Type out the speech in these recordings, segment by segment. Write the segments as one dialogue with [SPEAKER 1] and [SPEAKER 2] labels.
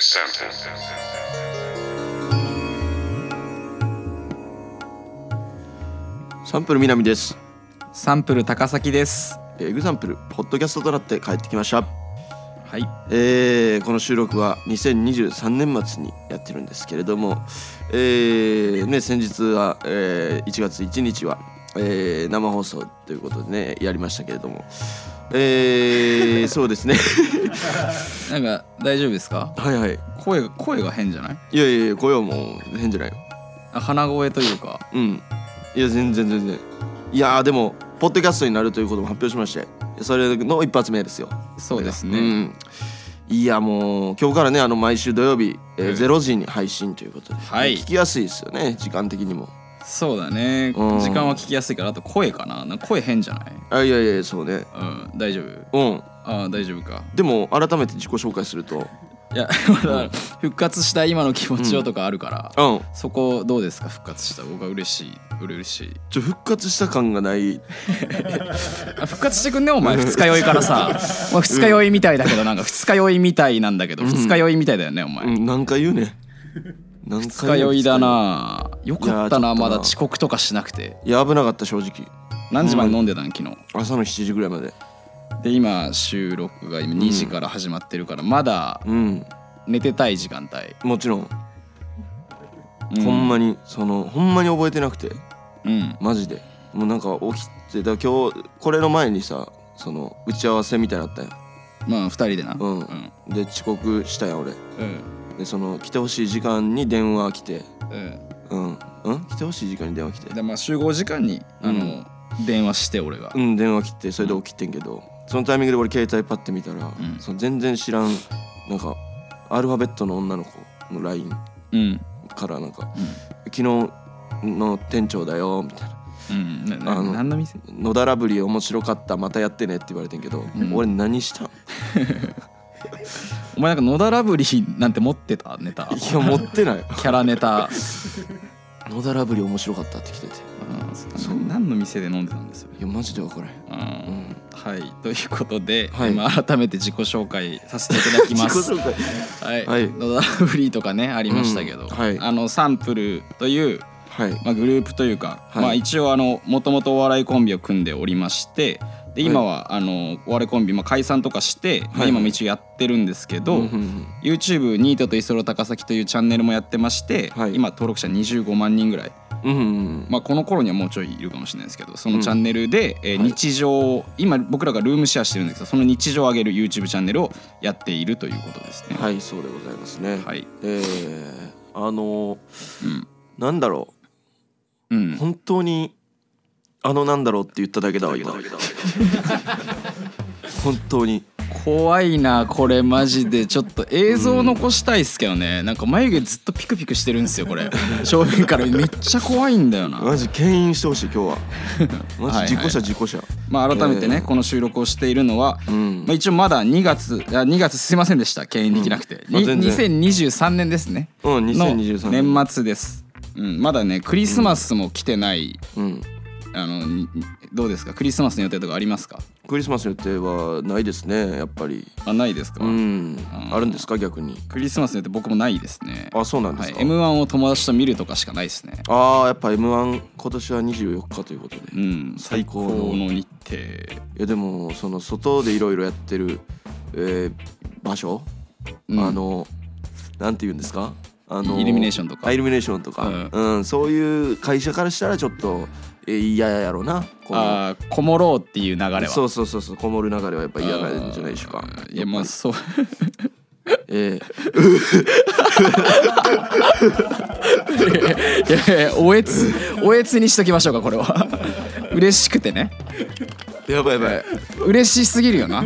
[SPEAKER 1] example.
[SPEAKER 2] サンプル南です。
[SPEAKER 3] サンプル高崎です。
[SPEAKER 2] エグザンプルポッドキャストとなって帰ってきました。
[SPEAKER 3] はい。
[SPEAKER 2] えー、この収録は2023年末にやってるんですけれども、えーね、先日は、えー1月1日は、えー生放送ということでねやりましたけれども、えー、そうですね
[SPEAKER 3] なんか大丈夫ですか？
[SPEAKER 2] はいはい
[SPEAKER 3] 声が声が変じゃない？
[SPEAKER 2] いやいやいや声はもう変じゃないよ
[SPEAKER 3] あ鼻声というか。
[SPEAKER 2] うんいや全然全然いやーでもポッドキャストになるということも発表しましてそれの一発目ですよ
[SPEAKER 3] そうです
[SPEAKER 2] う
[SPEAKER 3] ね。
[SPEAKER 2] ん、いやもう今日からねあの毎週土曜日、えー
[SPEAKER 3] うん
[SPEAKER 2] 0時に配信ということで、
[SPEAKER 3] はい
[SPEAKER 2] 聞きやすいですよね時間的にも
[SPEAKER 3] そうだね。
[SPEAKER 2] うん
[SPEAKER 3] 時間は聞きやすいからあと声かな。なんか声変じゃない？
[SPEAKER 2] あいやいやそうね
[SPEAKER 3] うん。大丈夫。
[SPEAKER 2] うん
[SPEAKER 3] あー大丈夫か。
[SPEAKER 2] でも改めて自己紹介すると
[SPEAKER 3] いや まだ復活した今の気持ちをとかあるから。
[SPEAKER 2] うん
[SPEAKER 3] そこどうですか復活した僕は嬉しい嬉しい
[SPEAKER 2] ちょ復活した感がない
[SPEAKER 3] あ復活してくんねお 前二日酔いからさお前二日酔いみたいだけどなんか二日酔いみたいなんだけど二日酔いみたいだよねお前
[SPEAKER 2] うん何回言うね何回
[SPEAKER 3] 二日酔いだなよかった
[SPEAKER 2] いやちょっとな
[SPEAKER 3] なまだ遅刻とかしなくて
[SPEAKER 2] いや危なかった正直
[SPEAKER 3] 何時まで飲んでたん昨日
[SPEAKER 2] 朝の7時ぐらいまで
[SPEAKER 3] で今収録が今2時から始まってるからまだ
[SPEAKER 2] うん
[SPEAKER 3] 寝てたい時間帯
[SPEAKER 2] もちろん、
[SPEAKER 3] うん
[SPEAKER 2] ほんまにそのほんまに覚えてなくて
[SPEAKER 3] うん
[SPEAKER 2] マジでもうなんか起きてだから今日これの前にさその打ち合わせみたいなのあったよ
[SPEAKER 3] まあ2人でな
[SPEAKER 2] うん
[SPEAKER 3] うん
[SPEAKER 2] で遅刻したよ俺
[SPEAKER 3] うん
[SPEAKER 2] でその来てほしい時間に電話来て
[SPEAKER 3] うん
[SPEAKER 2] うんうん来てほしい時間に電話来て
[SPEAKER 3] でまあ集合時間にあの電話して俺が
[SPEAKER 2] うん電話来てそれで起きてんけどそのタイミングで俺携帯パッて見たら、
[SPEAKER 3] ん
[SPEAKER 2] その全然知らんなんかアルファベットの女の子の LINE
[SPEAKER 3] うん
[SPEAKER 2] からなんか、
[SPEAKER 3] うん
[SPEAKER 2] 昨日の店長だよ」みたいな
[SPEAKER 3] うんな
[SPEAKER 2] あ
[SPEAKER 3] な
[SPEAKER 2] の
[SPEAKER 3] 何の店
[SPEAKER 2] 「野だらぶり面白かったまたやってね」って言われてんけど、
[SPEAKER 3] ん
[SPEAKER 2] 俺何したん
[SPEAKER 3] お前なんか野田ラブリーなんて持ってたネタ
[SPEAKER 2] いや持ってない
[SPEAKER 3] キャラ ネタ
[SPEAKER 2] 野だらぶり面白かったって来てて
[SPEAKER 3] うんそ何の店で飲んでたんですよ
[SPEAKER 2] いやマジで分からへん
[SPEAKER 3] うんはいということで、
[SPEAKER 2] はい
[SPEAKER 3] 今改めて自己紹介させていただきます
[SPEAKER 2] 自己紹介
[SPEAKER 3] はい、
[SPEAKER 2] はい
[SPEAKER 3] 野田フリーとかねありましたけど、
[SPEAKER 2] うんはい
[SPEAKER 3] あのサンプルという、
[SPEAKER 2] はい
[SPEAKER 3] まあ、グループというか、
[SPEAKER 2] はい
[SPEAKER 3] まあ、一応あのもともとお笑いコンビを組んでおりましてで今はあのお笑いコンビ、まあ、解散とかして、まあ
[SPEAKER 2] はい
[SPEAKER 3] 今も一応やってるんですけど、
[SPEAKER 2] うんうんうん
[SPEAKER 3] YouTube ニートとイソロ高崎というチャンネルもやってまして、
[SPEAKER 2] はい
[SPEAKER 3] 今登録者25万人ぐらい、
[SPEAKER 2] うんうん
[SPEAKER 3] まあ、この頃にはもうちょいいるかもしれないですけどそのチャンネルで、えー
[SPEAKER 2] はい
[SPEAKER 3] 日常を今僕らがルームシェアしてるんですけどその日常を上げる YouTube チャンネルをやっているということですね。
[SPEAKER 2] はいそうでございますね、
[SPEAKER 3] はい
[SPEAKER 2] えー、あのー
[SPEAKER 3] うん
[SPEAKER 2] なんだろ
[SPEAKER 3] うん
[SPEAKER 2] う本当にあのなんだろうって言っただけだ わ今本当に
[SPEAKER 3] 怖いなこれマジでちょっと映像残したいっすけどねなんか眉毛ずっとピクピクしてるんですよ これ正面からめっちゃ怖いんだよな
[SPEAKER 2] マジ牽引してほしい今 日はマジ
[SPEAKER 3] はいはい
[SPEAKER 2] 事故車事故車
[SPEAKER 3] まあ改めてね、
[SPEAKER 2] えー
[SPEAKER 3] この収録をしているのは、
[SPEAKER 2] ん
[SPEAKER 3] まあ、一応まだ2月あ2月すいませんでした経営できなくて、
[SPEAKER 2] うんあ
[SPEAKER 3] に
[SPEAKER 2] 全然
[SPEAKER 3] 2023年ですね
[SPEAKER 2] うん
[SPEAKER 3] の
[SPEAKER 2] 2023年
[SPEAKER 3] 年末です、うん、まだねクリスマスも来てない、
[SPEAKER 2] うん
[SPEAKER 3] あのにどうですかクリスマスの予定とかありますか
[SPEAKER 2] クリスマスの予定はないですねやっぱり
[SPEAKER 3] あないですか、
[SPEAKER 2] うんあるんですか逆に
[SPEAKER 3] クリスマスの予定僕もないですね
[SPEAKER 2] あそうなんで
[SPEAKER 3] は
[SPEAKER 2] す
[SPEAKER 3] い、
[SPEAKER 2] か、
[SPEAKER 3] m 1を友達と見るとかしかないですね
[SPEAKER 2] あーやっぱ m 1今年は24日ということで、
[SPEAKER 3] う
[SPEAKER 2] い
[SPEAKER 3] ん
[SPEAKER 2] 最高の
[SPEAKER 3] 最の日程
[SPEAKER 2] やでもその外でいろいろやってる、えー場所、
[SPEAKER 3] うん
[SPEAKER 2] あのなんて言うんですかあの
[SPEAKER 3] イルミネーションとか
[SPEAKER 2] あイルミネーションとか、うんそういう会社からしたらちょっとえー嫌、やろなこの
[SPEAKER 3] あーこもろうっていう流れは
[SPEAKER 2] そうそうそうそうこもる流れはやっぱ嫌なんじゃないでしょうか
[SPEAKER 3] あーいやまあそう
[SPEAKER 2] えー
[SPEAKER 3] いやいやおえつおえつにしときましょうかこれは 嬉しくてね
[SPEAKER 2] やばいやばい
[SPEAKER 3] 嬉しすぎるよな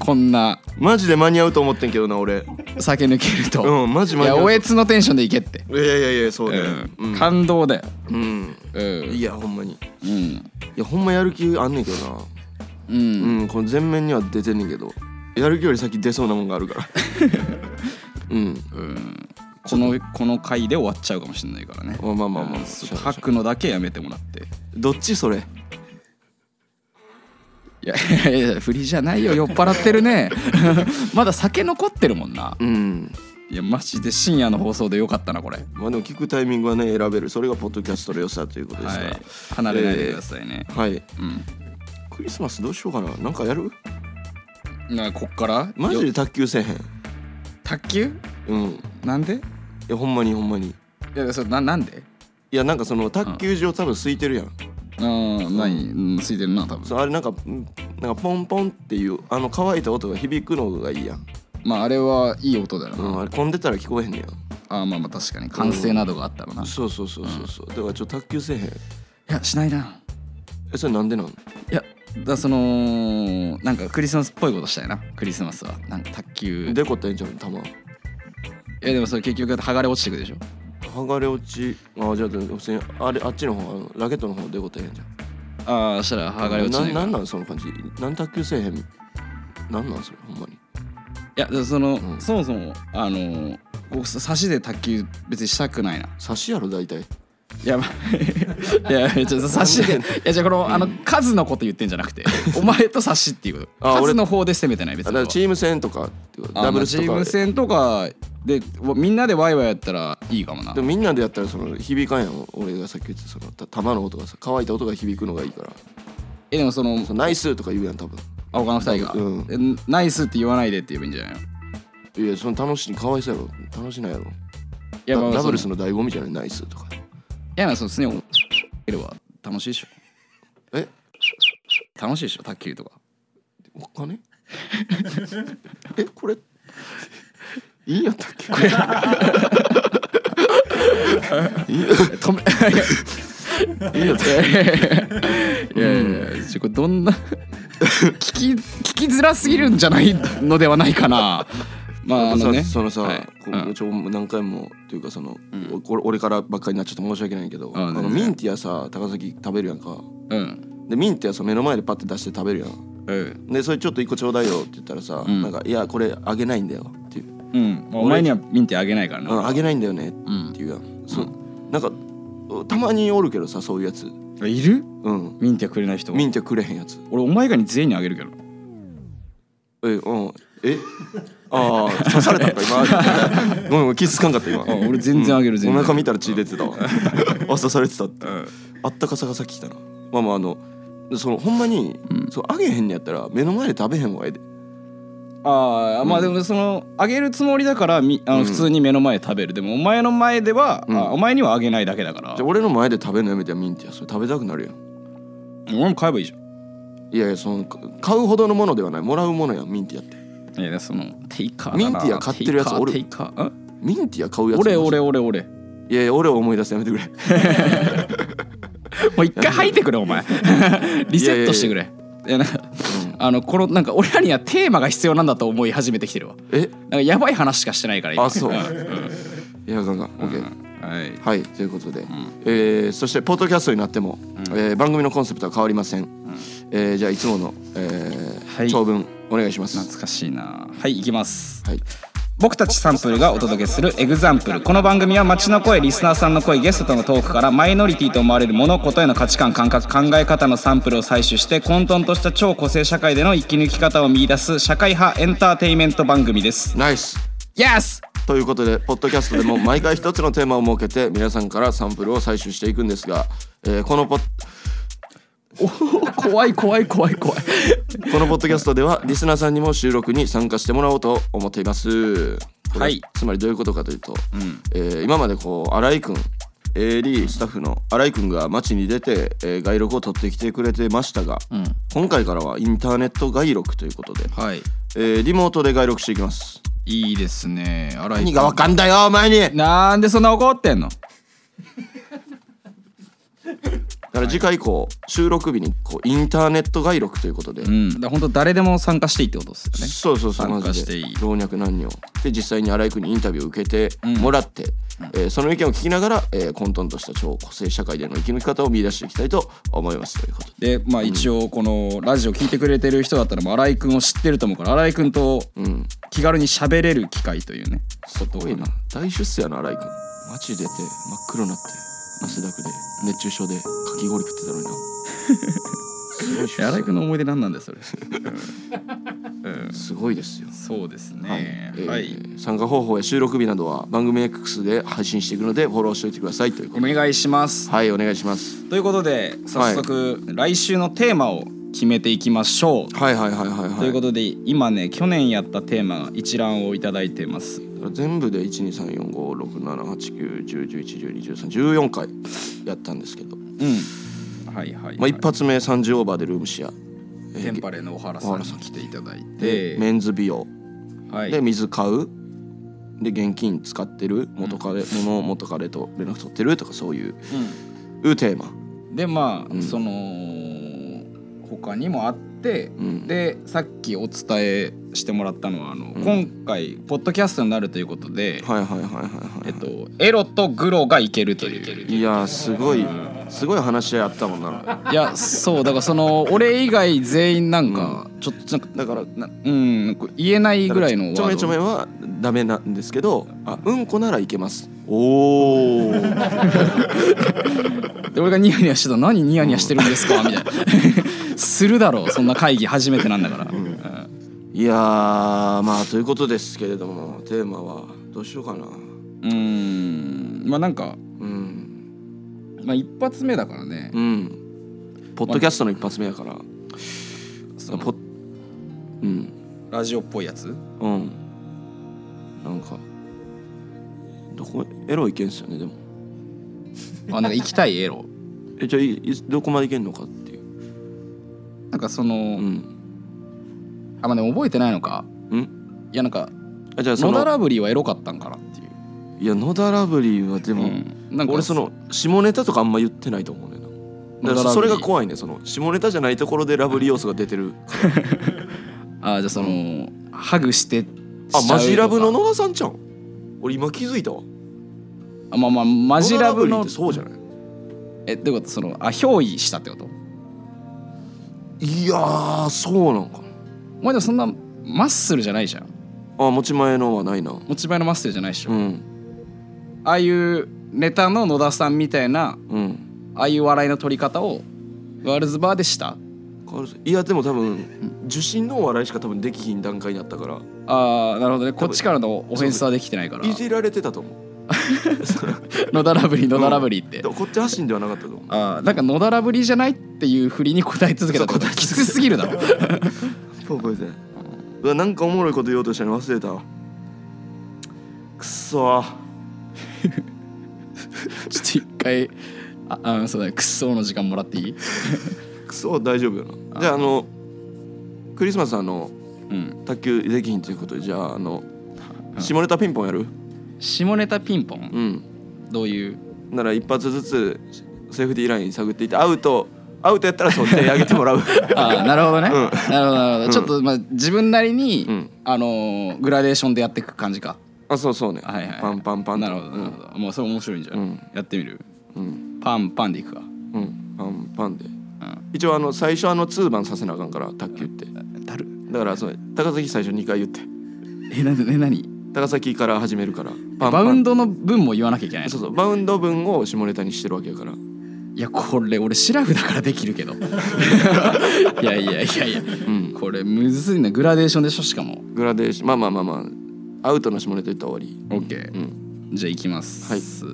[SPEAKER 3] こんな
[SPEAKER 2] マジで間に合うと思ってんけどな俺
[SPEAKER 3] 酒抜けると、
[SPEAKER 2] うんマジ間
[SPEAKER 3] い
[SPEAKER 2] に合
[SPEAKER 3] や
[SPEAKER 2] う
[SPEAKER 3] おえつのテンションでいけって、
[SPEAKER 2] いやいやいやそうね
[SPEAKER 3] う
[SPEAKER 2] うんん、
[SPEAKER 3] 感動だよ
[SPEAKER 2] うん
[SPEAKER 3] うん
[SPEAKER 2] いやほんまにい
[SPEAKER 3] うん
[SPEAKER 2] やほんまやる気あんねんけどなう
[SPEAKER 3] う
[SPEAKER 2] んんこの前面には出てんねんけどやる気より先出そうなもんがあるから うん
[SPEAKER 3] うんこのこの回で終わっちゃうかもしれないからね
[SPEAKER 2] まあまあまあまあ
[SPEAKER 3] うん書くのだけやめてもらって
[SPEAKER 2] どっちそれ
[SPEAKER 3] いや いやいや振りじゃないよ酔っ払ってるねまだ酒残ってるもんな
[SPEAKER 2] うん
[SPEAKER 3] いやマジで深夜の放送でよかったなこれはい
[SPEAKER 2] まあでも聞くタイミングはね選べるそれがポッドキャストの良さということですから
[SPEAKER 3] 離れないでくださいね、
[SPEAKER 2] はい
[SPEAKER 3] うん
[SPEAKER 2] クリスマスどうしようかななんかやる
[SPEAKER 3] なこっから
[SPEAKER 2] マジ
[SPEAKER 3] よ
[SPEAKER 2] で卓球せえへん
[SPEAKER 3] 卓球
[SPEAKER 2] うんい
[SPEAKER 3] なんでい
[SPEAKER 2] やほんまにほんまに
[SPEAKER 3] やそれななんで
[SPEAKER 2] いやなんかその卓球場多分空いてるやん
[SPEAKER 3] うん何うんついてるな多分
[SPEAKER 2] そうあれなんかうんなんかポンポンっていうあの乾いた音が響くのがいいやん、
[SPEAKER 3] まああれはいい音だよ
[SPEAKER 2] う
[SPEAKER 3] な、
[SPEAKER 2] ん、あれ混んでたら聞こえへんねや
[SPEAKER 3] あまあまあ確かに完成などがあったらな、
[SPEAKER 2] ん
[SPEAKER 3] い
[SPEAKER 2] そうそうそうそうそうだからちょっと卓球せえへん
[SPEAKER 3] やしないな
[SPEAKER 2] えそれなんでなん
[SPEAKER 3] いやだそのなんかクリスマスっぽいことしたいなクリスマスはなんか卓球
[SPEAKER 2] でこったらいいんじゃん球
[SPEAKER 3] いやでもそれ結局剥がれ落ちてくでしょ
[SPEAKER 2] 剥がれ落ちあじゃあ普通にあれあっちの方あのラケットの方でこったらいいんじゃん
[SPEAKER 3] ああしたら剥がれ落ちない
[SPEAKER 2] ななん
[SPEAKER 3] い
[SPEAKER 2] なんその感じなん卓球せえへんなんなんそれほんまに
[SPEAKER 3] やでその、
[SPEAKER 2] ん
[SPEAKER 3] そもそもあのー僕さ差しで卓球別にしたくないな
[SPEAKER 2] 差しやろ大体
[SPEAKER 3] いやま いやいやちょっと差しでいやじゃあこの、あの数のこと言ってんじゃな くてお前と差しっていうこと
[SPEAKER 2] あ俺
[SPEAKER 3] 数の方で攻めてない別
[SPEAKER 2] あだから
[SPEAKER 3] に僕は
[SPEAKER 2] チーム戦とかってこと
[SPEAKER 3] あ
[SPEAKER 2] ダブルスと
[SPEAKER 3] まあ
[SPEAKER 2] か
[SPEAKER 3] チーム戦とかでわみんなでワイワイやったらいいかもな
[SPEAKER 2] でもみんなでやったらその響かんやん俺がさっき言ってたそのた球の音がさ乾いた音が響くのがいいから
[SPEAKER 3] えでもその
[SPEAKER 2] そのナイスとか言うやん多分
[SPEAKER 3] あ他の二人が、えナイスって言わないでって言えばいいんじゃないのい
[SPEAKER 2] いやその楽しいかわいそうやろ楽しないやろ
[SPEAKER 3] やまあ
[SPEAKER 2] ダダブル
[SPEAKER 3] そ
[SPEAKER 2] ス
[SPEAKER 3] の
[SPEAKER 2] の醍醐味じゃないナイスとか
[SPEAKER 3] いやまあそのスネ夫いるわ楽しいでしょ
[SPEAKER 2] え
[SPEAKER 3] 楽しいでしょ卓球 とか
[SPEAKER 2] お金 えこれいいんやったっけいいや
[SPEAKER 3] 止めいいよいやいやいやちょこれどんな聞き聞きづらすぎるんじゃないのではないかなまああ
[SPEAKER 2] さ
[SPEAKER 3] のね
[SPEAKER 2] そのさ、
[SPEAKER 3] はい
[SPEAKER 2] こ
[SPEAKER 3] うん
[SPEAKER 2] うちょ何回もというかその、俺俺からばっかりになっちゃって申し訳ないけど、あ
[SPEAKER 3] あ
[SPEAKER 2] の
[SPEAKER 3] 全然
[SPEAKER 2] ミンティアさ高崎食べるやんか
[SPEAKER 3] うん
[SPEAKER 2] でミンティアさ目の前でパッて出して食べるやん
[SPEAKER 3] うん
[SPEAKER 2] でそれちょっと一個ちょうだいよって言ったらさ、
[SPEAKER 3] ん
[SPEAKER 2] なんかいやこれあげないんだよっていう、
[SPEAKER 3] うん、お前にはミンティあげないからな、
[SPEAKER 2] うんあげないんだよねって
[SPEAKER 3] うん
[SPEAKER 2] いうやん、そなんかたまにおるけどさそういうやつ
[SPEAKER 3] いる
[SPEAKER 2] うん
[SPEAKER 3] ミンティアくれない人
[SPEAKER 2] ミンティアくれへんやつ
[SPEAKER 3] 俺お前以外に全員にあげるけど
[SPEAKER 2] えうんえああ刺されたんか 今ごめんごめん気づかんかった今
[SPEAKER 3] あ俺全然あげる全然
[SPEAKER 2] お腹見たら血出てた わあ刺されてたって
[SPEAKER 3] うん
[SPEAKER 2] あったかさがさっき来たなまあまああのそのほんまに、そうあげへんのやったら目の前で食べへん方がええで
[SPEAKER 3] ああまあでもそのあげるつもりだからみあの普通に目の前で食べる、でもお前の前では、あお前にはあげないだけだから
[SPEAKER 2] じゃあ俺の前で食べるのやめてミンティアそれ食べたくなるやん
[SPEAKER 3] 俺も買えばいいじゃ
[SPEAKER 2] いやいやそのか買うほどのものではないもらうものやんミンティアって
[SPEAKER 3] んいやそのテイカーだ
[SPEAKER 2] ミ
[SPEAKER 3] な
[SPEAKER 2] ンティア買ってるやつおる
[SPEAKER 3] テイカーテイカーん
[SPEAKER 2] ミンティア買うやつ
[SPEAKER 3] 俺俺 俺俺も
[SPEAKER 2] いやいや俺を思い出すのやめてくれ
[SPEAKER 3] う一回吐いてくれお前リセットしてくれいやなあのこのなんか俺らにはテーマが必要なんだと思い始めてきてるわ
[SPEAKER 2] え
[SPEAKER 3] なんかやばい話しかしてないから今
[SPEAKER 2] あそう
[SPEAKER 3] ん
[SPEAKER 2] いやあかんかん OK、
[SPEAKER 3] はい
[SPEAKER 2] はいということで、えーそしてポッドキャストになっても、えー番組のコンセプトは変わりません、えーじゃあいつもの、えー
[SPEAKER 3] はい
[SPEAKER 2] 長文お願いします
[SPEAKER 3] 懐かしいなはい行きます
[SPEAKER 2] はい
[SPEAKER 3] 僕たちサンプルがお届けするエグザンプルこの番組は街の声リスナーさんの声ゲストとのトークからマイノリティと思われるものことへの価値観感覚考え方のサンプルを採取して混沌とした超個性社会での生き抜き方を見出す社会派エンターテインメント番組です
[SPEAKER 2] ナイス
[SPEAKER 3] YES!
[SPEAKER 2] ということでポッドキャストでも毎回一つのテーマを設けて皆さんからサンプルを採取していくんですが、えーこのポッ
[SPEAKER 3] 怖い怖い怖い怖い
[SPEAKER 2] このポッドキャストではリスナーさんにも収録に参加してもらおうと思っています。
[SPEAKER 3] はい
[SPEAKER 2] つまりどういうことかというと、えー今までこう新井くん AD スタッフの新井くんが街に出て、えー街録を取ってきてくれてましたが、今回からはインターネット街録ということで、
[SPEAKER 3] はい
[SPEAKER 2] えーリモートで街録していきます。
[SPEAKER 3] いいですね新
[SPEAKER 2] 何がわかんだよお前にだか
[SPEAKER 3] なんでそんな怒ってんの
[SPEAKER 2] ら次回以降収録日にこうインターネット街録ということで、
[SPEAKER 3] うんだ本当誰でも参加していいってことですよね
[SPEAKER 2] そうそうそう
[SPEAKER 3] 参加
[SPEAKER 2] マジ
[SPEAKER 3] して
[SPEAKER 2] で
[SPEAKER 3] いい
[SPEAKER 2] 老若男女で実際に新井君にインタビューを受けてもらって、えーその意見を聞きながら、えー混沌とした超個性社会での生き抜き方を見出していきたいと思いますということで
[SPEAKER 3] でまあ一応このラジオ聞いてくれてる人だったらもう新井君を知ってると思うから新井君と気軽に喋れる機会というねこと
[SPEAKER 2] す
[SPEAKER 3] か
[SPEAKER 2] ごい
[SPEAKER 3] な
[SPEAKER 2] な大出世やな新井君街出て真っ黒になって汗だくで熱中症でかき氷食ってたのになすごい出世
[SPEAKER 3] 新井君の思い出何なんだよそれ、うんうんうん
[SPEAKER 2] すごいですよ
[SPEAKER 3] そうです
[SPEAKER 2] はい
[SPEAKER 3] ね
[SPEAKER 2] えー
[SPEAKER 3] はい、
[SPEAKER 2] 参加方法や収録日などは番組 X で配信していくのでフォローしておいてくださいというこ
[SPEAKER 3] お
[SPEAKER 2] とで
[SPEAKER 3] 願いします
[SPEAKER 2] はいお願いします
[SPEAKER 3] ということで早速、来週のテーマを決めていきましょう、
[SPEAKER 2] はいはいはいはいはい
[SPEAKER 3] ということで今ね去年やったテーマが一覧をいただいてます
[SPEAKER 2] 全部で1234567891011121314回やったんですけど、
[SPEAKER 3] うんはいはい、はい
[SPEAKER 2] まあ、一発目30オーバーでルームシェアえー
[SPEAKER 3] テンパレの小原さんに来ていただい
[SPEAKER 2] で
[SPEAKER 3] て、
[SPEAKER 2] メンズ美容
[SPEAKER 3] はい、
[SPEAKER 2] で水買うで現金使ってる元彼、物を元彼と連絡取ってるとかそういういうテーマ
[SPEAKER 3] でまあ、
[SPEAKER 2] うん
[SPEAKER 3] その他にもあって、
[SPEAKER 2] ん
[SPEAKER 3] でさっきお伝えしてもらったのはあの、今回ポッドキャストになるということで、
[SPEAKER 2] はいはいはいはい
[SPEAKER 3] え
[SPEAKER 2] は
[SPEAKER 3] っと、エロとグロがいけるという
[SPEAKER 2] いいやーすごいすごい話し合いあったもんない
[SPEAKER 3] やそうだからその俺以外全員なんか、ちょっとなんか
[SPEAKER 2] だから
[SPEAKER 3] なうんこう言えないぐらいのワー
[SPEAKER 2] ち
[SPEAKER 3] ド
[SPEAKER 2] ょめちょめはダメなんですけどあうんこならいけますおお
[SPEAKER 3] で俺がニヤニヤしてた何ニヤニヤしてるんですかみたいなするだろうそんな会議初めてなんだから、うん
[SPEAKER 2] いやーまあということですけれどもテーマはどうしようかな
[SPEAKER 3] うーんまあなんか、
[SPEAKER 2] うん
[SPEAKER 3] まあ、一発目だからね、
[SPEAKER 2] うんポッドキャストの一発目やから
[SPEAKER 3] その
[SPEAKER 2] ポッうん
[SPEAKER 3] ラジオっぽいやつ
[SPEAKER 2] うんなんかどこエロいけんすよねでも
[SPEAKER 3] あなんか行きたいエロ
[SPEAKER 2] えじゃあいいどこまでいけんのかっていう
[SPEAKER 3] なんかその、
[SPEAKER 2] うん
[SPEAKER 3] あまあでも覚えてないのか
[SPEAKER 2] うん
[SPEAKER 3] いやなんか
[SPEAKER 2] あじゃあそ
[SPEAKER 3] 野
[SPEAKER 2] の
[SPEAKER 3] 田ラブリーはエロかったんかなっていう、
[SPEAKER 2] いや野田ラブリーはでも、
[SPEAKER 3] うん、なんか
[SPEAKER 2] 俺その下ネタとかあんま言ってないと思うねんなだから
[SPEAKER 3] 野田ラブリー
[SPEAKER 2] それが怖いねその下ネタじゃないところでラブリー要素が出てる
[SPEAKER 3] あじゃあその、ハグしてし
[SPEAKER 2] あマジラブの
[SPEAKER 3] の
[SPEAKER 2] 野田さんちゃん俺今気づいたわ
[SPEAKER 3] あまあまあマジラブ
[SPEAKER 2] 野田リーっ
[SPEAKER 3] の
[SPEAKER 2] てそうじゃない
[SPEAKER 3] えどういうことそのあ憑依したってこと
[SPEAKER 2] いやーそうなんか
[SPEAKER 3] お前でもそんなマッスルじゃないじゃん
[SPEAKER 2] なあ持ち前のはないな
[SPEAKER 3] 持ち前のマッスルじゃないでしょ、
[SPEAKER 2] うん
[SPEAKER 3] ああいうネタの野田さんみたいな
[SPEAKER 2] うん
[SPEAKER 3] ああいう笑いの取り方をガールズバーでした
[SPEAKER 2] 変わるぞいやでも多分受信のお笑いしか多分できひん段階になったから
[SPEAKER 3] ああなるほどねこっちからのオフェンスはできてないから
[SPEAKER 2] いじられてたと 思う
[SPEAKER 3] 野田ラブリー野田ラブリーって、
[SPEAKER 2] でもこっち発信ではなかったと思う
[SPEAKER 3] ああなんか野田ラブリーじゃないっていうふりに答え続けたってこと
[SPEAKER 2] そう答え続
[SPEAKER 3] き
[SPEAKER 2] けた
[SPEAKER 3] つすぎるだろ
[SPEAKER 2] そうこれでうわなんかおもろいこと言おうとしたの忘れたわくっそー
[SPEAKER 3] ちょっと一回ああそうだねくっそーの時間もらっていい
[SPEAKER 2] くそー大丈夫よなじゃああのクリスマスあの
[SPEAKER 3] うん
[SPEAKER 2] 卓球できひんということでじゃああの下ネタピンポンやる
[SPEAKER 3] 下ネタピンポン
[SPEAKER 2] うん
[SPEAKER 3] どういう
[SPEAKER 2] なら一発ずつセーフティーライン探っていってアウトアウトやったらそう手上げてもら う
[SPEAKER 3] ああなるほどね、なるほどなるほど、ちょっとまあ自分なりに、
[SPEAKER 2] うん
[SPEAKER 3] あのーグラデーションでやっていく感じか
[SPEAKER 2] あそうそうね、
[SPEAKER 3] はいはい
[SPEAKER 2] パンパンパンと
[SPEAKER 3] なるほどなるほど、もうそれ面白いんじゃん、
[SPEAKER 2] うん
[SPEAKER 3] やってみる
[SPEAKER 2] うん
[SPEAKER 3] パンパンでいくか
[SPEAKER 2] うん、パンパンで、一応あの最初あの2番させなあかんから卓球って
[SPEAKER 3] だる
[SPEAKER 2] だからその高崎最初2回言って
[SPEAKER 3] えなんでえ何
[SPEAKER 2] 高崎から始めるからパン
[SPEAKER 3] バ
[SPEAKER 2] パン
[SPEAKER 3] ウンドの分も言わなきゃいけないの
[SPEAKER 2] そうそうバウンド分を下ネタにしてるわけやからう
[SPEAKER 3] いやこれ俺シラフだからできるけ どいやいやいやいや、
[SPEAKER 2] ん
[SPEAKER 3] これむずいなグラデーションでしょしかも
[SPEAKER 2] グラデーションまあまあまあまあアウトの下ネタ言ったら終わ
[SPEAKER 3] OK、
[SPEAKER 2] りうん
[SPEAKER 3] じゃあいきます、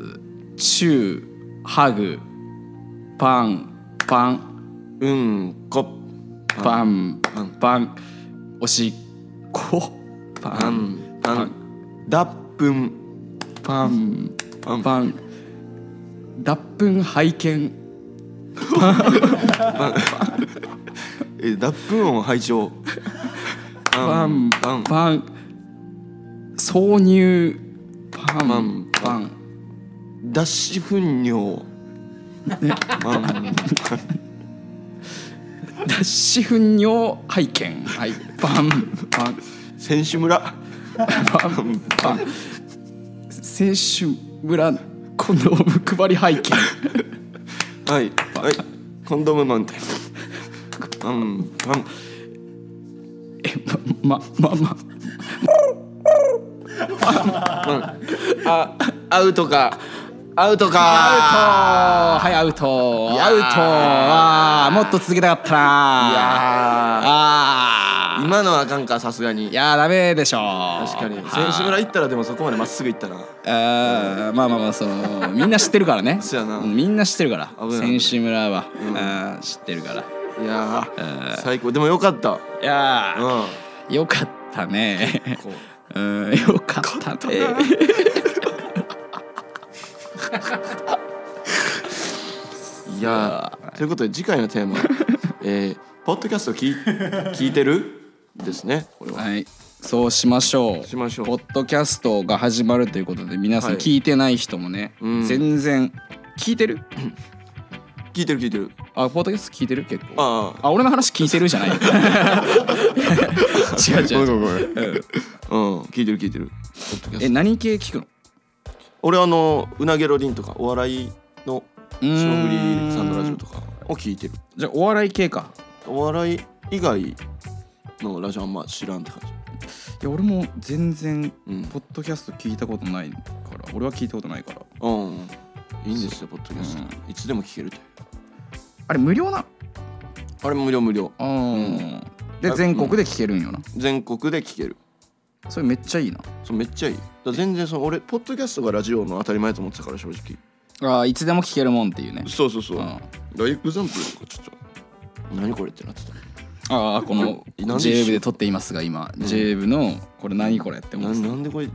[SPEAKER 3] チューハグパンパン
[SPEAKER 2] うんこ
[SPEAKER 3] パン
[SPEAKER 2] パン
[SPEAKER 3] パンおしっこパ
[SPEAKER 2] パ
[SPEAKER 3] ン
[SPEAKER 2] ンパンダップン
[SPEAKER 3] パン
[SPEAKER 2] パン
[SPEAKER 3] パン脱粉拝見
[SPEAKER 2] えダップン音拝聴
[SPEAKER 3] パン
[SPEAKER 2] パン
[SPEAKER 3] パン挿入パン
[SPEAKER 2] パン
[SPEAKER 3] パン
[SPEAKER 2] 脱脂粉尿パン
[SPEAKER 3] 脱脂粉尿拝見はいパンパン
[SPEAKER 2] 選手村
[SPEAKER 3] パンパン選手村コンドーム配り拝見
[SPEAKER 2] はい、はい、コンドームマウンテン。パンパン。
[SPEAKER 3] えまままま
[SPEAKER 2] あ、アウトか。アウトか。
[SPEAKER 3] アウトはいアウトアウトあーもっと続けたかったなあ
[SPEAKER 2] いや
[SPEAKER 3] あ
[SPEAKER 2] 今のはあかんかさすがに
[SPEAKER 3] いやーダメでしょ
[SPEAKER 2] 確かに
[SPEAKER 3] はい
[SPEAKER 2] 選手村行ったらでもそこまでまっすぐ行ったな
[SPEAKER 3] あーまあまあまあそのみんな知ってるからね
[SPEAKER 2] そうやな
[SPEAKER 3] みんな知ってるから
[SPEAKER 2] 危ない
[SPEAKER 3] 選手村は、あー知ってるから
[SPEAKER 2] いやー最高でもよかった
[SPEAKER 3] いや
[SPEAKER 2] う
[SPEAKER 3] ー、
[SPEAKER 2] ん
[SPEAKER 3] よかったね
[SPEAKER 2] こう
[SPEAKER 3] うんよかったね
[SPEAKER 2] いやーということで次回のテ ーマ、えー「ポッドキャスト聞い聞いてる?」ですねこれは
[SPEAKER 3] はいそうしましょう
[SPEAKER 2] しましょう
[SPEAKER 3] ポッドキャストが始まるということで皆さん
[SPEAKER 2] はい
[SPEAKER 3] 聞いてない人もね、
[SPEAKER 2] うん
[SPEAKER 3] 全然聞いてる
[SPEAKER 2] 聞いてる聞いてる
[SPEAKER 3] あポッドキャスト聞いてる結構
[SPEAKER 2] ああ
[SPEAKER 3] あ俺の話聞いてるじ ゃないよ違う違う違う
[SPEAKER 2] うん聞いてる聞いてるポッドキャス
[SPEAKER 3] え
[SPEAKER 2] ト
[SPEAKER 3] 何系聞くの
[SPEAKER 2] 俺あのうなげろりんとかお笑いの
[SPEAKER 3] うーん
[SPEAKER 2] 霜降りさんのラジオとかを聞いてる
[SPEAKER 3] じゃあお笑い系か
[SPEAKER 2] お笑い以外のラジオあんま知らんって感じ
[SPEAKER 3] いや俺も全然
[SPEAKER 2] うん
[SPEAKER 3] ポッドキャスト聞いたことないから俺は聞いたことないから
[SPEAKER 2] うんいいんですよポッドキャスト、
[SPEAKER 3] う
[SPEAKER 2] いつでも聞けるという
[SPEAKER 3] あれ無料な
[SPEAKER 2] あれ無料無料
[SPEAKER 3] あ、うん、で
[SPEAKER 2] あ
[SPEAKER 3] 全国で聞けるんよな
[SPEAKER 2] 全国で聞ける
[SPEAKER 3] それめっちゃいいな
[SPEAKER 2] そうめっちゃいいだから全然その俺ポッドキャストがラジオの当たり前と思ってたから正直
[SPEAKER 3] あーいつでも聞けるもんっていうね
[SPEAKER 2] そうそうそううんだからエグザンプルとかちょっと何これってなってた
[SPEAKER 3] ああこの
[SPEAKER 2] なんで
[SPEAKER 3] j 部で撮っていますが今 j 部のこれ何これって思
[SPEAKER 2] な
[SPEAKER 3] ってた
[SPEAKER 2] なんでこれ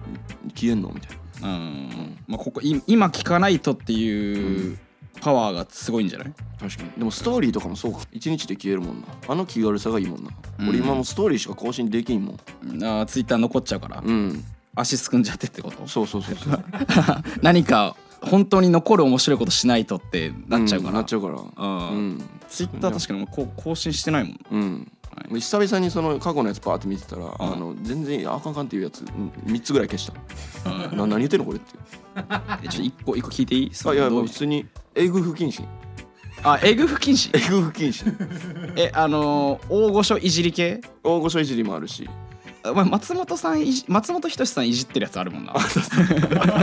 [SPEAKER 2] 消えんのみたいな
[SPEAKER 3] うんまあここい今聞かないとっていうパワーがすごいんじゃない
[SPEAKER 2] 確かにでもストーリーとかもそうか一日で消えるもんなあの気軽さがいいもんな、
[SPEAKER 3] うん
[SPEAKER 2] 俺今もうストーリーしか更新できんもん
[SPEAKER 3] あツイッター Twitter 残っちゃうから
[SPEAKER 2] うん
[SPEAKER 3] 足すくんじゃってってこと
[SPEAKER 2] そうそうそう そう
[SPEAKER 3] 何か本当に残る面白いことしないとってなっちゃうか
[SPEAKER 2] ん
[SPEAKER 3] ら、
[SPEAKER 2] なっちゃうから
[SPEAKER 3] あー
[SPEAKER 2] うん
[SPEAKER 3] ツイッター確かにもうこう更新してないもん
[SPEAKER 2] うん
[SPEAKER 3] はい
[SPEAKER 2] 久々にその過去のやつパーって見てたら、あの全然あかんあかんっていうやつうん3つぐらい消した、な何言ってんのこれっていう
[SPEAKER 3] えちょっと一個一個聞いていいそ
[SPEAKER 2] あいや
[SPEAKER 3] ど
[SPEAKER 2] も
[SPEAKER 3] う
[SPEAKER 2] う普通にエグ不謹慎
[SPEAKER 3] あエグ不謹慎
[SPEAKER 2] エグ不謹 慎
[SPEAKER 3] えあのー大御所いじり系
[SPEAKER 2] 大御所いじりもあるし
[SPEAKER 3] お前松本さんいじ松本人志さんいじってるやつあるもんな
[SPEAKER 2] あ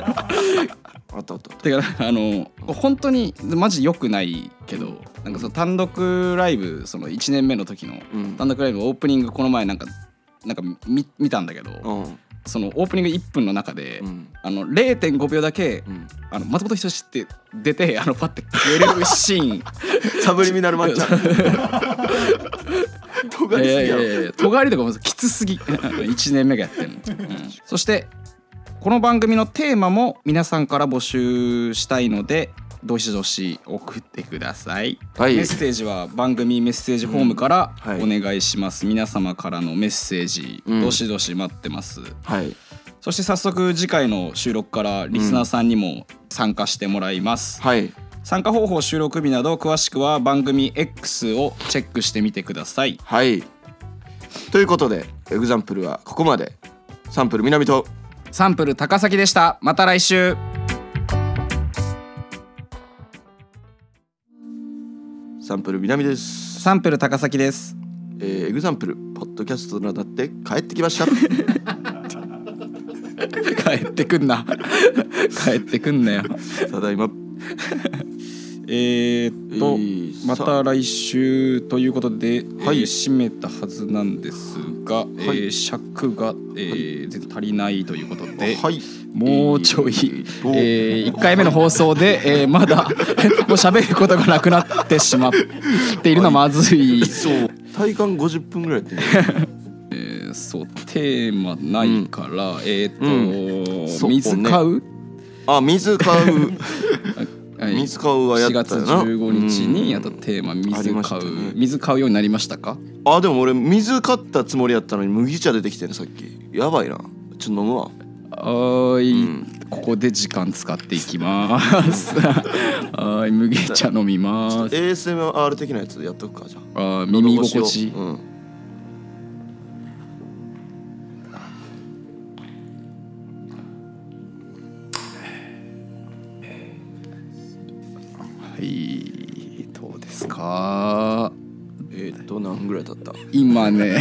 [SPEAKER 2] ったあったあった
[SPEAKER 3] だからあの本当にマジ良くないけどなんかその単独ライブその1年目の時の
[SPEAKER 2] うん
[SPEAKER 3] 単独ライブオープニングこの前なんかなんか見見たんだけど、
[SPEAKER 2] うん
[SPEAKER 3] そのオープニング1分の中で、
[SPEAKER 2] うん
[SPEAKER 3] あの0.5秒だけ、
[SPEAKER 2] うん
[SPEAKER 3] あの松本人志って出てあのパッて消えるシーン
[SPEAKER 2] サブリミナルマッチャ ー。とがりすぎやろ。
[SPEAKER 3] や尖りとかもきつす ぎ1年目がやってるの、うんそしてこの番組のテーマも皆さんから募集したいのでどしどし送ってください、
[SPEAKER 2] はい
[SPEAKER 3] メッセージは番組メッセージフォームから
[SPEAKER 2] うんはい
[SPEAKER 3] お願いします、皆様からのメッセージ
[SPEAKER 2] うん
[SPEAKER 3] どしどし待ってます、
[SPEAKER 2] はい。
[SPEAKER 3] そして早速次回の収録からリスナーさんにも参加してもらいます、
[SPEAKER 2] はい。
[SPEAKER 3] 参加方法収録日など詳しくは番組 X をチェックしてみてください
[SPEAKER 2] はい。ということで、エグザンプルはここまで。サンプル南と。
[SPEAKER 3] サンプル高崎でしたまた来週
[SPEAKER 2] サンプル南です。
[SPEAKER 3] サンプル高崎です
[SPEAKER 2] えー、エグザンプル、ポッドキャストなだって帰ってきま した。
[SPEAKER 3] 帰ってくんな 帰ってくんなよ
[SPEAKER 2] ただいま。
[SPEAKER 3] えーっと、
[SPEAKER 2] えー
[SPEAKER 3] ま
[SPEAKER 2] さ
[SPEAKER 3] た来週ということで、
[SPEAKER 2] はい
[SPEAKER 3] えー締めたはずなんですが、えー尺が、えー全然足りないということで、
[SPEAKER 2] はい
[SPEAKER 3] もうちょい、
[SPEAKER 2] お
[SPEAKER 3] え1回目の放送で、えーまだ もう喋ることがなくなってしまっているのはまずい、
[SPEAKER 2] そう。体感50分ぐらいやってる
[SPEAKER 3] えーそうテーマないから、えーっと、
[SPEAKER 2] そう
[SPEAKER 3] 水買う、
[SPEAKER 2] あ、水買う。
[SPEAKER 3] はい
[SPEAKER 2] 水買うはやった
[SPEAKER 3] 4
[SPEAKER 2] よな
[SPEAKER 3] 月15日にやったテーマ
[SPEAKER 2] あり
[SPEAKER 3] 水
[SPEAKER 2] ました
[SPEAKER 3] 買う、
[SPEAKER 2] ね
[SPEAKER 3] 水買うようになりましたか
[SPEAKER 2] あ、でも俺水買ったつもりやったのに麦茶出てきてるさっき。やばいな。ちょっと飲むわ。
[SPEAKER 3] はーい、ここで時間使っていきます。はーい、麦茶飲みます。
[SPEAKER 2] ASMR 的なやつやっとくかじゃあ。
[SPEAKER 3] あー耳心地いい。
[SPEAKER 2] うん
[SPEAKER 3] はい、どうですか。
[SPEAKER 2] えーっと何ぐらい経った
[SPEAKER 3] 今ね、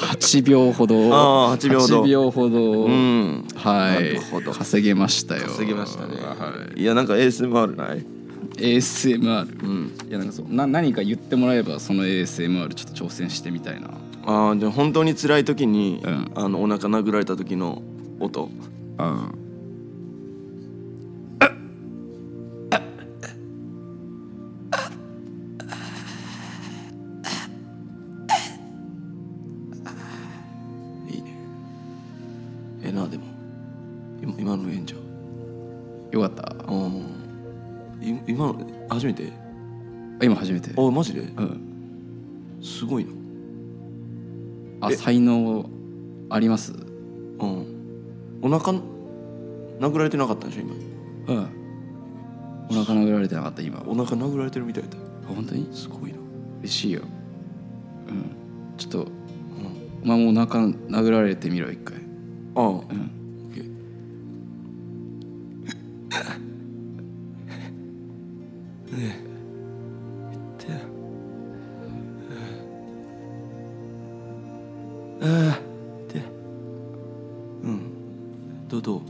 [SPEAKER 3] 8秒ほど。
[SPEAKER 2] あー8秒ほど
[SPEAKER 3] 8秒ほど
[SPEAKER 2] うん
[SPEAKER 3] は
[SPEAKER 2] ないるほど
[SPEAKER 3] 稼げましたよ
[SPEAKER 2] 稼ぎましたね、、
[SPEAKER 3] はい
[SPEAKER 2] やなんか ASMR ない
[SPEAKER 3] ASMR、いやなんかそうな何か言ってもらえばその ASMR ちょっと挑戦してみたいな
[SPEAKER 2] ああーじゃあ本当に辛い時に、
[SPEAKER 3] うん
[SPEAKER 2] あのお腹殴られた時の音
[SPEAKER 3] うん
[SPEAKER 2] いいねええなでも今今のええんちゃう
[SPEAKER 3] よかった
[SPEAKER 2] うんい今の初めて
[SPEAKER 3] 今初めて
[SPEAKER 2] あマジで
[SPEAKER 3] うん
[SPEAKER 2] すごいな
[SPEAKER 3] あ才能あります
[SPEAKER 2] うんお腹殴られてなかったんでしょ今
[SPEAKER 3] うんお腹殴られてなかった今
[SPEAKER 2] お腹殴られてるみたいだ
[SPEAKER 3] 本当に
[SPEAKER 2] すごいな
[SPEAKER 3] 嬉しいようんちょっと、お前もお腹殴られてみろ一回
[SPEAKER 2] ああ、うんオッケーでうんどうどう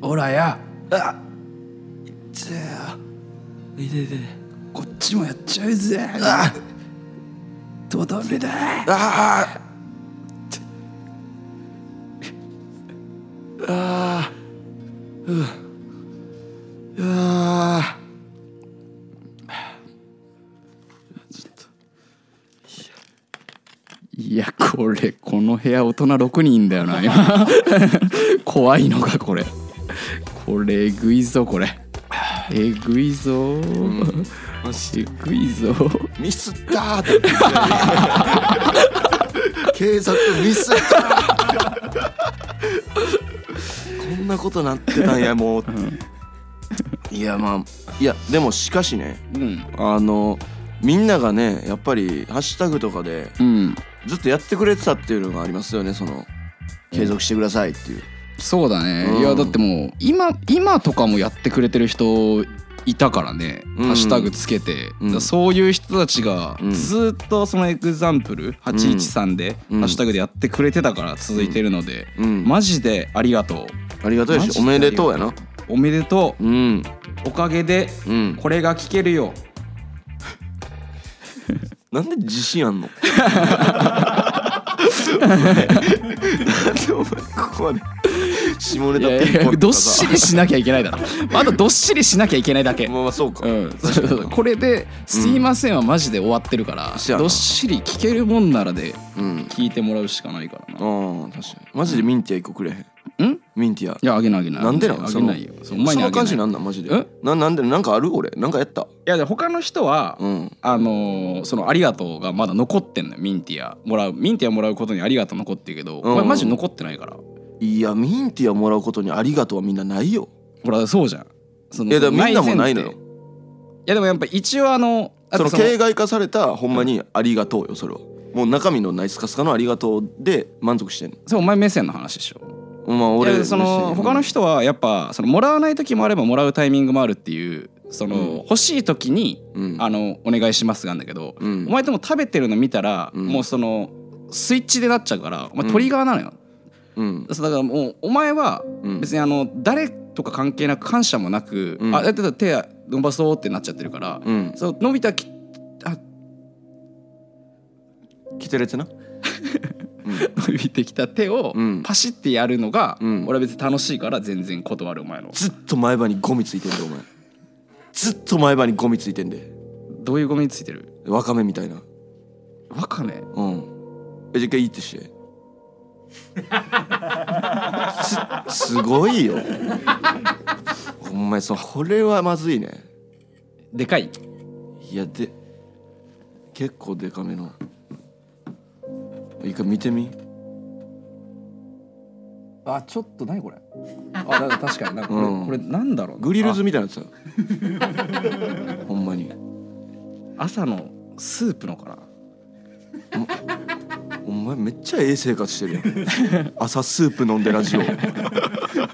[SPEAKER 3] ほらや
[SPEAKER 2] あ痛え痛い痛い痛い
[SPEAKER 3] こっちもやっちゃうぜ
[SPEAKER 2] あ
[SPEAKER 3] とどめだ
[SPEAKER 2] あああーうあ
[SPEAKER 3] いやこれこの部屋大人6人だよな今 怖いのかこれこれえぐいぞこれえぐいぞ、
[SPEAKER 2] マジ
[SPEAKER 3] えぐいぞ
[SPEAKER 2] ミスったーって言って警察ミスったーこんなことなってたんやもう、いやまあいやでもしかしね
[SPEAKER 3] うん
[SPEAKER 2] あのみんながねやっぱりハッシュタグとかで
[SPEAKER 3] うん
[SPEAKER 2] ずっとやってくれてたっていうのがありますよねその継続してくださいっていう、
[SPEAKER 3] そうだね、
[SPEAKER 2] うん
[SPEAKER 3] いやだってもう今今とかもやってくれてる人いたからね、
[SPEAKER 2] うん
[SPEAKER 3] ハッシュタグつけて、
[SPEAKER 2] うん
[SPEAKER 3] だからそういう人たちが
[SPEAKER 2] うん
[SPEAKER 3] ずーっとそのエグザンプル813で
[SPEAKER 2] う
[SPEAKER 3] ハ
[SPEAKER 2] ん
[SPEAKER 3] ッシュタグでやってくれてたから続いてるので、
[SPEAKER 2] うん
[SPEAKER 3] マジでありがとう
[SPEAKER 2] ありがたい
[SPEAKER 3] マジ
[SPEAKER 2] し
[SPEAKER 3] で
[SPEAKER 2] おめでとうやな
[SPEAKER 3] おめでとう
[SPEAKER 2] うん
[SPEAKER 3] おかげで
[SPEAKER 2] うん
[SPEAKER 3] これが聞けるよ
[SPEAKER 2] なんで自信あんのなんでお前ここまで下ネタピンポンとかさ
[SPEAKER 3] どっしりしなきゃいけないだろあとどっしりしなきゃいけないだけ
[SPEAKER 2] まあまあそうか、
[SPEAKER 3] うん、そうそうこれで「すいません」はマジで終わってるから、
[SPEAKER 2] そうやな
[SPEAKER 3] どっしり聞けるもんならで
[SPEAKER 2] うん
[SPEAKER 3] 聞いてもらうしかないからな
[SPEAKER 2] ああ確かにマジでミンティア一個くれへん
[SPEAKER 3] うん
[SPEAKER 2] ミンティア
[SPEAKER 3] いやあげないあげない
[SPEAKER 2] なんでな
[SPEAKER 3] あ
[SPEAKER 2] ん
[SPEAKER 3] げないよ
[SPEAKER 2] そ
[SPEAKER 3] そうお
[SPEAKER 2] の
[SPEAKER 3] 前
[SPEAKER 2] そ
[SPEAKER 3] にあ
[SPEAKER 2] の
[SPEAKER 3] げ
[SPEAKER 2] 感
[SPEAKER 3] な
[SPEAKER 2] じ
[SPEAKER 3] いい
[SPEAKER 2] なんなんマジで
[SPEAKER 3] え
[SPEAKER 2] ななんでなんかある俺なんかやった
[SPEAKER 3] やで他の人は、
[SPEAKER 2] うん
[SPEAKER 3] あのーその「ありがとう」がまだ残ってんのよミンティアもらうミンティアもらうことにありがとう残ってるけど、
[SPEAKER 2] うん
[SPEAKER 3] お前マジ残ってないから
[SPEAKER 2] いやミンティアもらうことにありがとうはみんなないよ
[SPEAKER 3] ほらそうじゃんその
[SPEAKER 2] いやだからみんなもないの
[SPEAKER 3] 前
[SPEAKER 2] よ
[SPEAKER 3] 提いやでもやっぱ一応あのだっ
[SPEAKER 2] そ
[SPEAKER 3] て
[SPEAKER 2] の形骸化されたほんまにありがとうよそれはもう中身のないスカスカのありがとうで満足してん
[SPEAKER 3] それお前目線の話でしょ
[SPEAKER 2] のまあ
[SPEAKER 3] い
[SPEAKER 2] 俺
[SPEAKER 3] やその他の人はやっぱそのもらわない時もあればもらうタイミングもあるっていうその、
[SPEAKER 2] うん
[SPEAKER 3] 欲しい時に
[SPEAKER 2] うん
[SPEAKER 3] あのお願いしますがあんだけど、
[SPEAKER 2] うん
[SPEAKER 3] お前とも食べてるの見たら、
[SPEAKER 2] うん
[SPEAKER 3] もうそのスイッチでなっちゃうからお前トリガーなのよ、
[SPEAKER 2] うん
[SPEAKER 3] そうだからもうお前は
[SPEAKER 2] うん
[SPEAKER 3] 別にあの誰とか関係なく感謝もなく、
[SPEAKER 2] うん
[SPEAKER 3] あだってだって手伸ばそうってなっちゃってるから、
[SPEAKER 2] うん
[SPEAKER 3] そう伸びたきあ
[SPEAKER 2] 来てるやつな
[SPEAKER 3] 伸びてきた手を
[SPEAKER 2] うん
[SPEAKER 3] パシってやるのが、
[SPEAKER 2] うん
[SPEAKER 3] 俺は別に楽しいから全然断るお前の
[SPEAKER 2] ずっと前歯にゴミついてんでお前ずっと前歯にゴミついてんで
[SPEAKER 3] どういうゴミについてる
[SPEAKER 2] わかめみたいな
[SPEAKER 3] わかめ
[SPEAKER 2] うんえじゃあ一回いいってしてすすごいよお前そこれはまずいね
[SPEAKER 3] でかい
[SPEAKER 2] いやで結構デカめの一回見てみ
[SPEAKER 3] あちょっと何これあだから確かになんかこれ,、
[SPEAKER 2] うん
[SPEAKER 3] これなんだろう
[SPEAKER 2] グリルズみたいなやつだほんまに
[SPEAKER 3] あ朝のスープのかな
[SPEAKER 2] お前めっちゃええ生活してるやん 朝スープ飲んでラジオ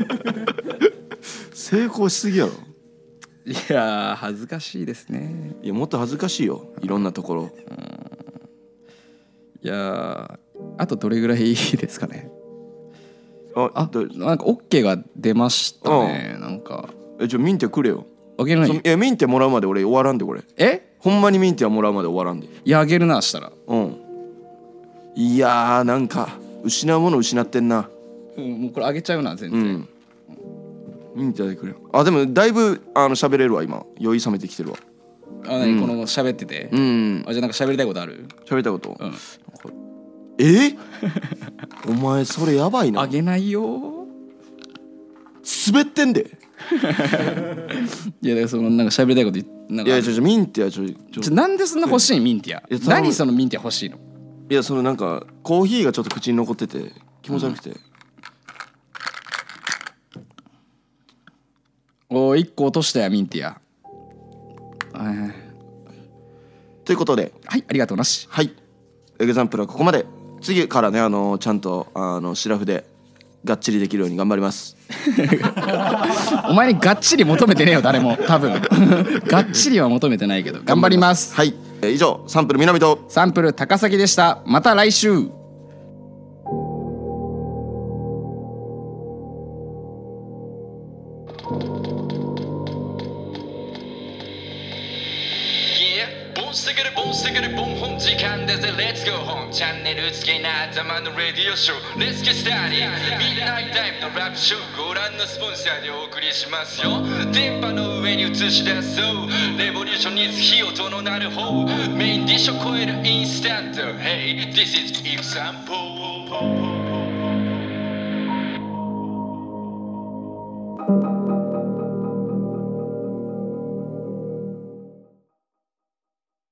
[SPEAKER 2] 成功しすぎやろ
[SPEAKER 3] いやー恥ずかしいですね
[SPEAKER 2] いやもっと恥ずかしいよいろんなところ
[SPEAKER 3] いやーあとどれぐらいですかね
[SPEAKER 2] あ
[SPEAKER 3] あ
[SPEAKER 2] だ
[SPEAKER 3] なんか OK が出ましたねなんか
[SPEAKER 2] えじゃあミンティアくれよ、
[SPEAKER 3] あげな
[SPEAKER 2] そ
[SPEAKER 3] い
[SPEAKER 2] いやミンティアもらうまで俺終わらんでこれ
[SPEAKER 3] え
[SPEAKER 2] ほんまにミンティアもらうまで終わらんで
[SPEAKER 3] いやあげるなしたら
[SPEAKER 2] うんいやーなんか失うもの失ってんな
[SPEAKER 3] うん、もうこれあげちゃうな全
[SPEAKER 2] う
[SPEAKER 3] 然、
[SPEAKER 2] ん見てくれあでもだいぶあの喋れるわ今酔い冷めてきてるわ
[SPEAKER 3] あ何、この喋ってて、
[SPEAKER 2] うん
[SPEAKER 3] あじゃあなんか喋りたいことある
[SPEAKER 2] 喋ったこと、
[SPEAKER 3] ん
[SPEAKER 2] えお前それやばい
[SPEAKER 3] あ
[SPEAKER 2] な
[SPEAKER 3] げないよ
[SPEAKER 2] 滑ってんで
[SPEAKER 3] いやだからそのなんか喋りたいこと言なん
[SPEAKER 2] い
[SPEAKER 3] か
[SPEAKER 2] やちょちょミンティアちょちょ
[SPEAKER 3] ちょなんでそんな欲しいミンティア
[SPEAKER 2] いやその
[SPEAKER 3] 何そのミンティア欲しいの
[SPEAKER 2] いやそのなんかコーヒーがちょっと口に残ってて気持ち悪くて、
[SPEAKER 3] おー一個落としたやミンティアえー
[SPEAKER 2] ということで
[SPEAKER 3] はいありがとうなし
[SPEAKER 2] はいエグザンプルはここまで次からねあのちゃんとあのシラフでがっちりできるように頑張ります
[SPEAKER 3] お前にがっちり求めてねえよ誰も多分 がっちりは求めてないけど頑張ります
[SPEAKER 2] はいえー以上サンプル南と
[SPEAKER 3] サンプル高崎でしたまた来週
[SPEAKER 1] ボンしてくれボンしてくれボン本時間だぜ Let's go home チャンネルつけな頭のレディオショー Let's get started ミッドナイトタイムのラップショーご覧のスポンサーでお送りしますよ電波の上に映し出そうレボリューションに火をとのなる方メインディッシュを超えるインスタント Hey this is example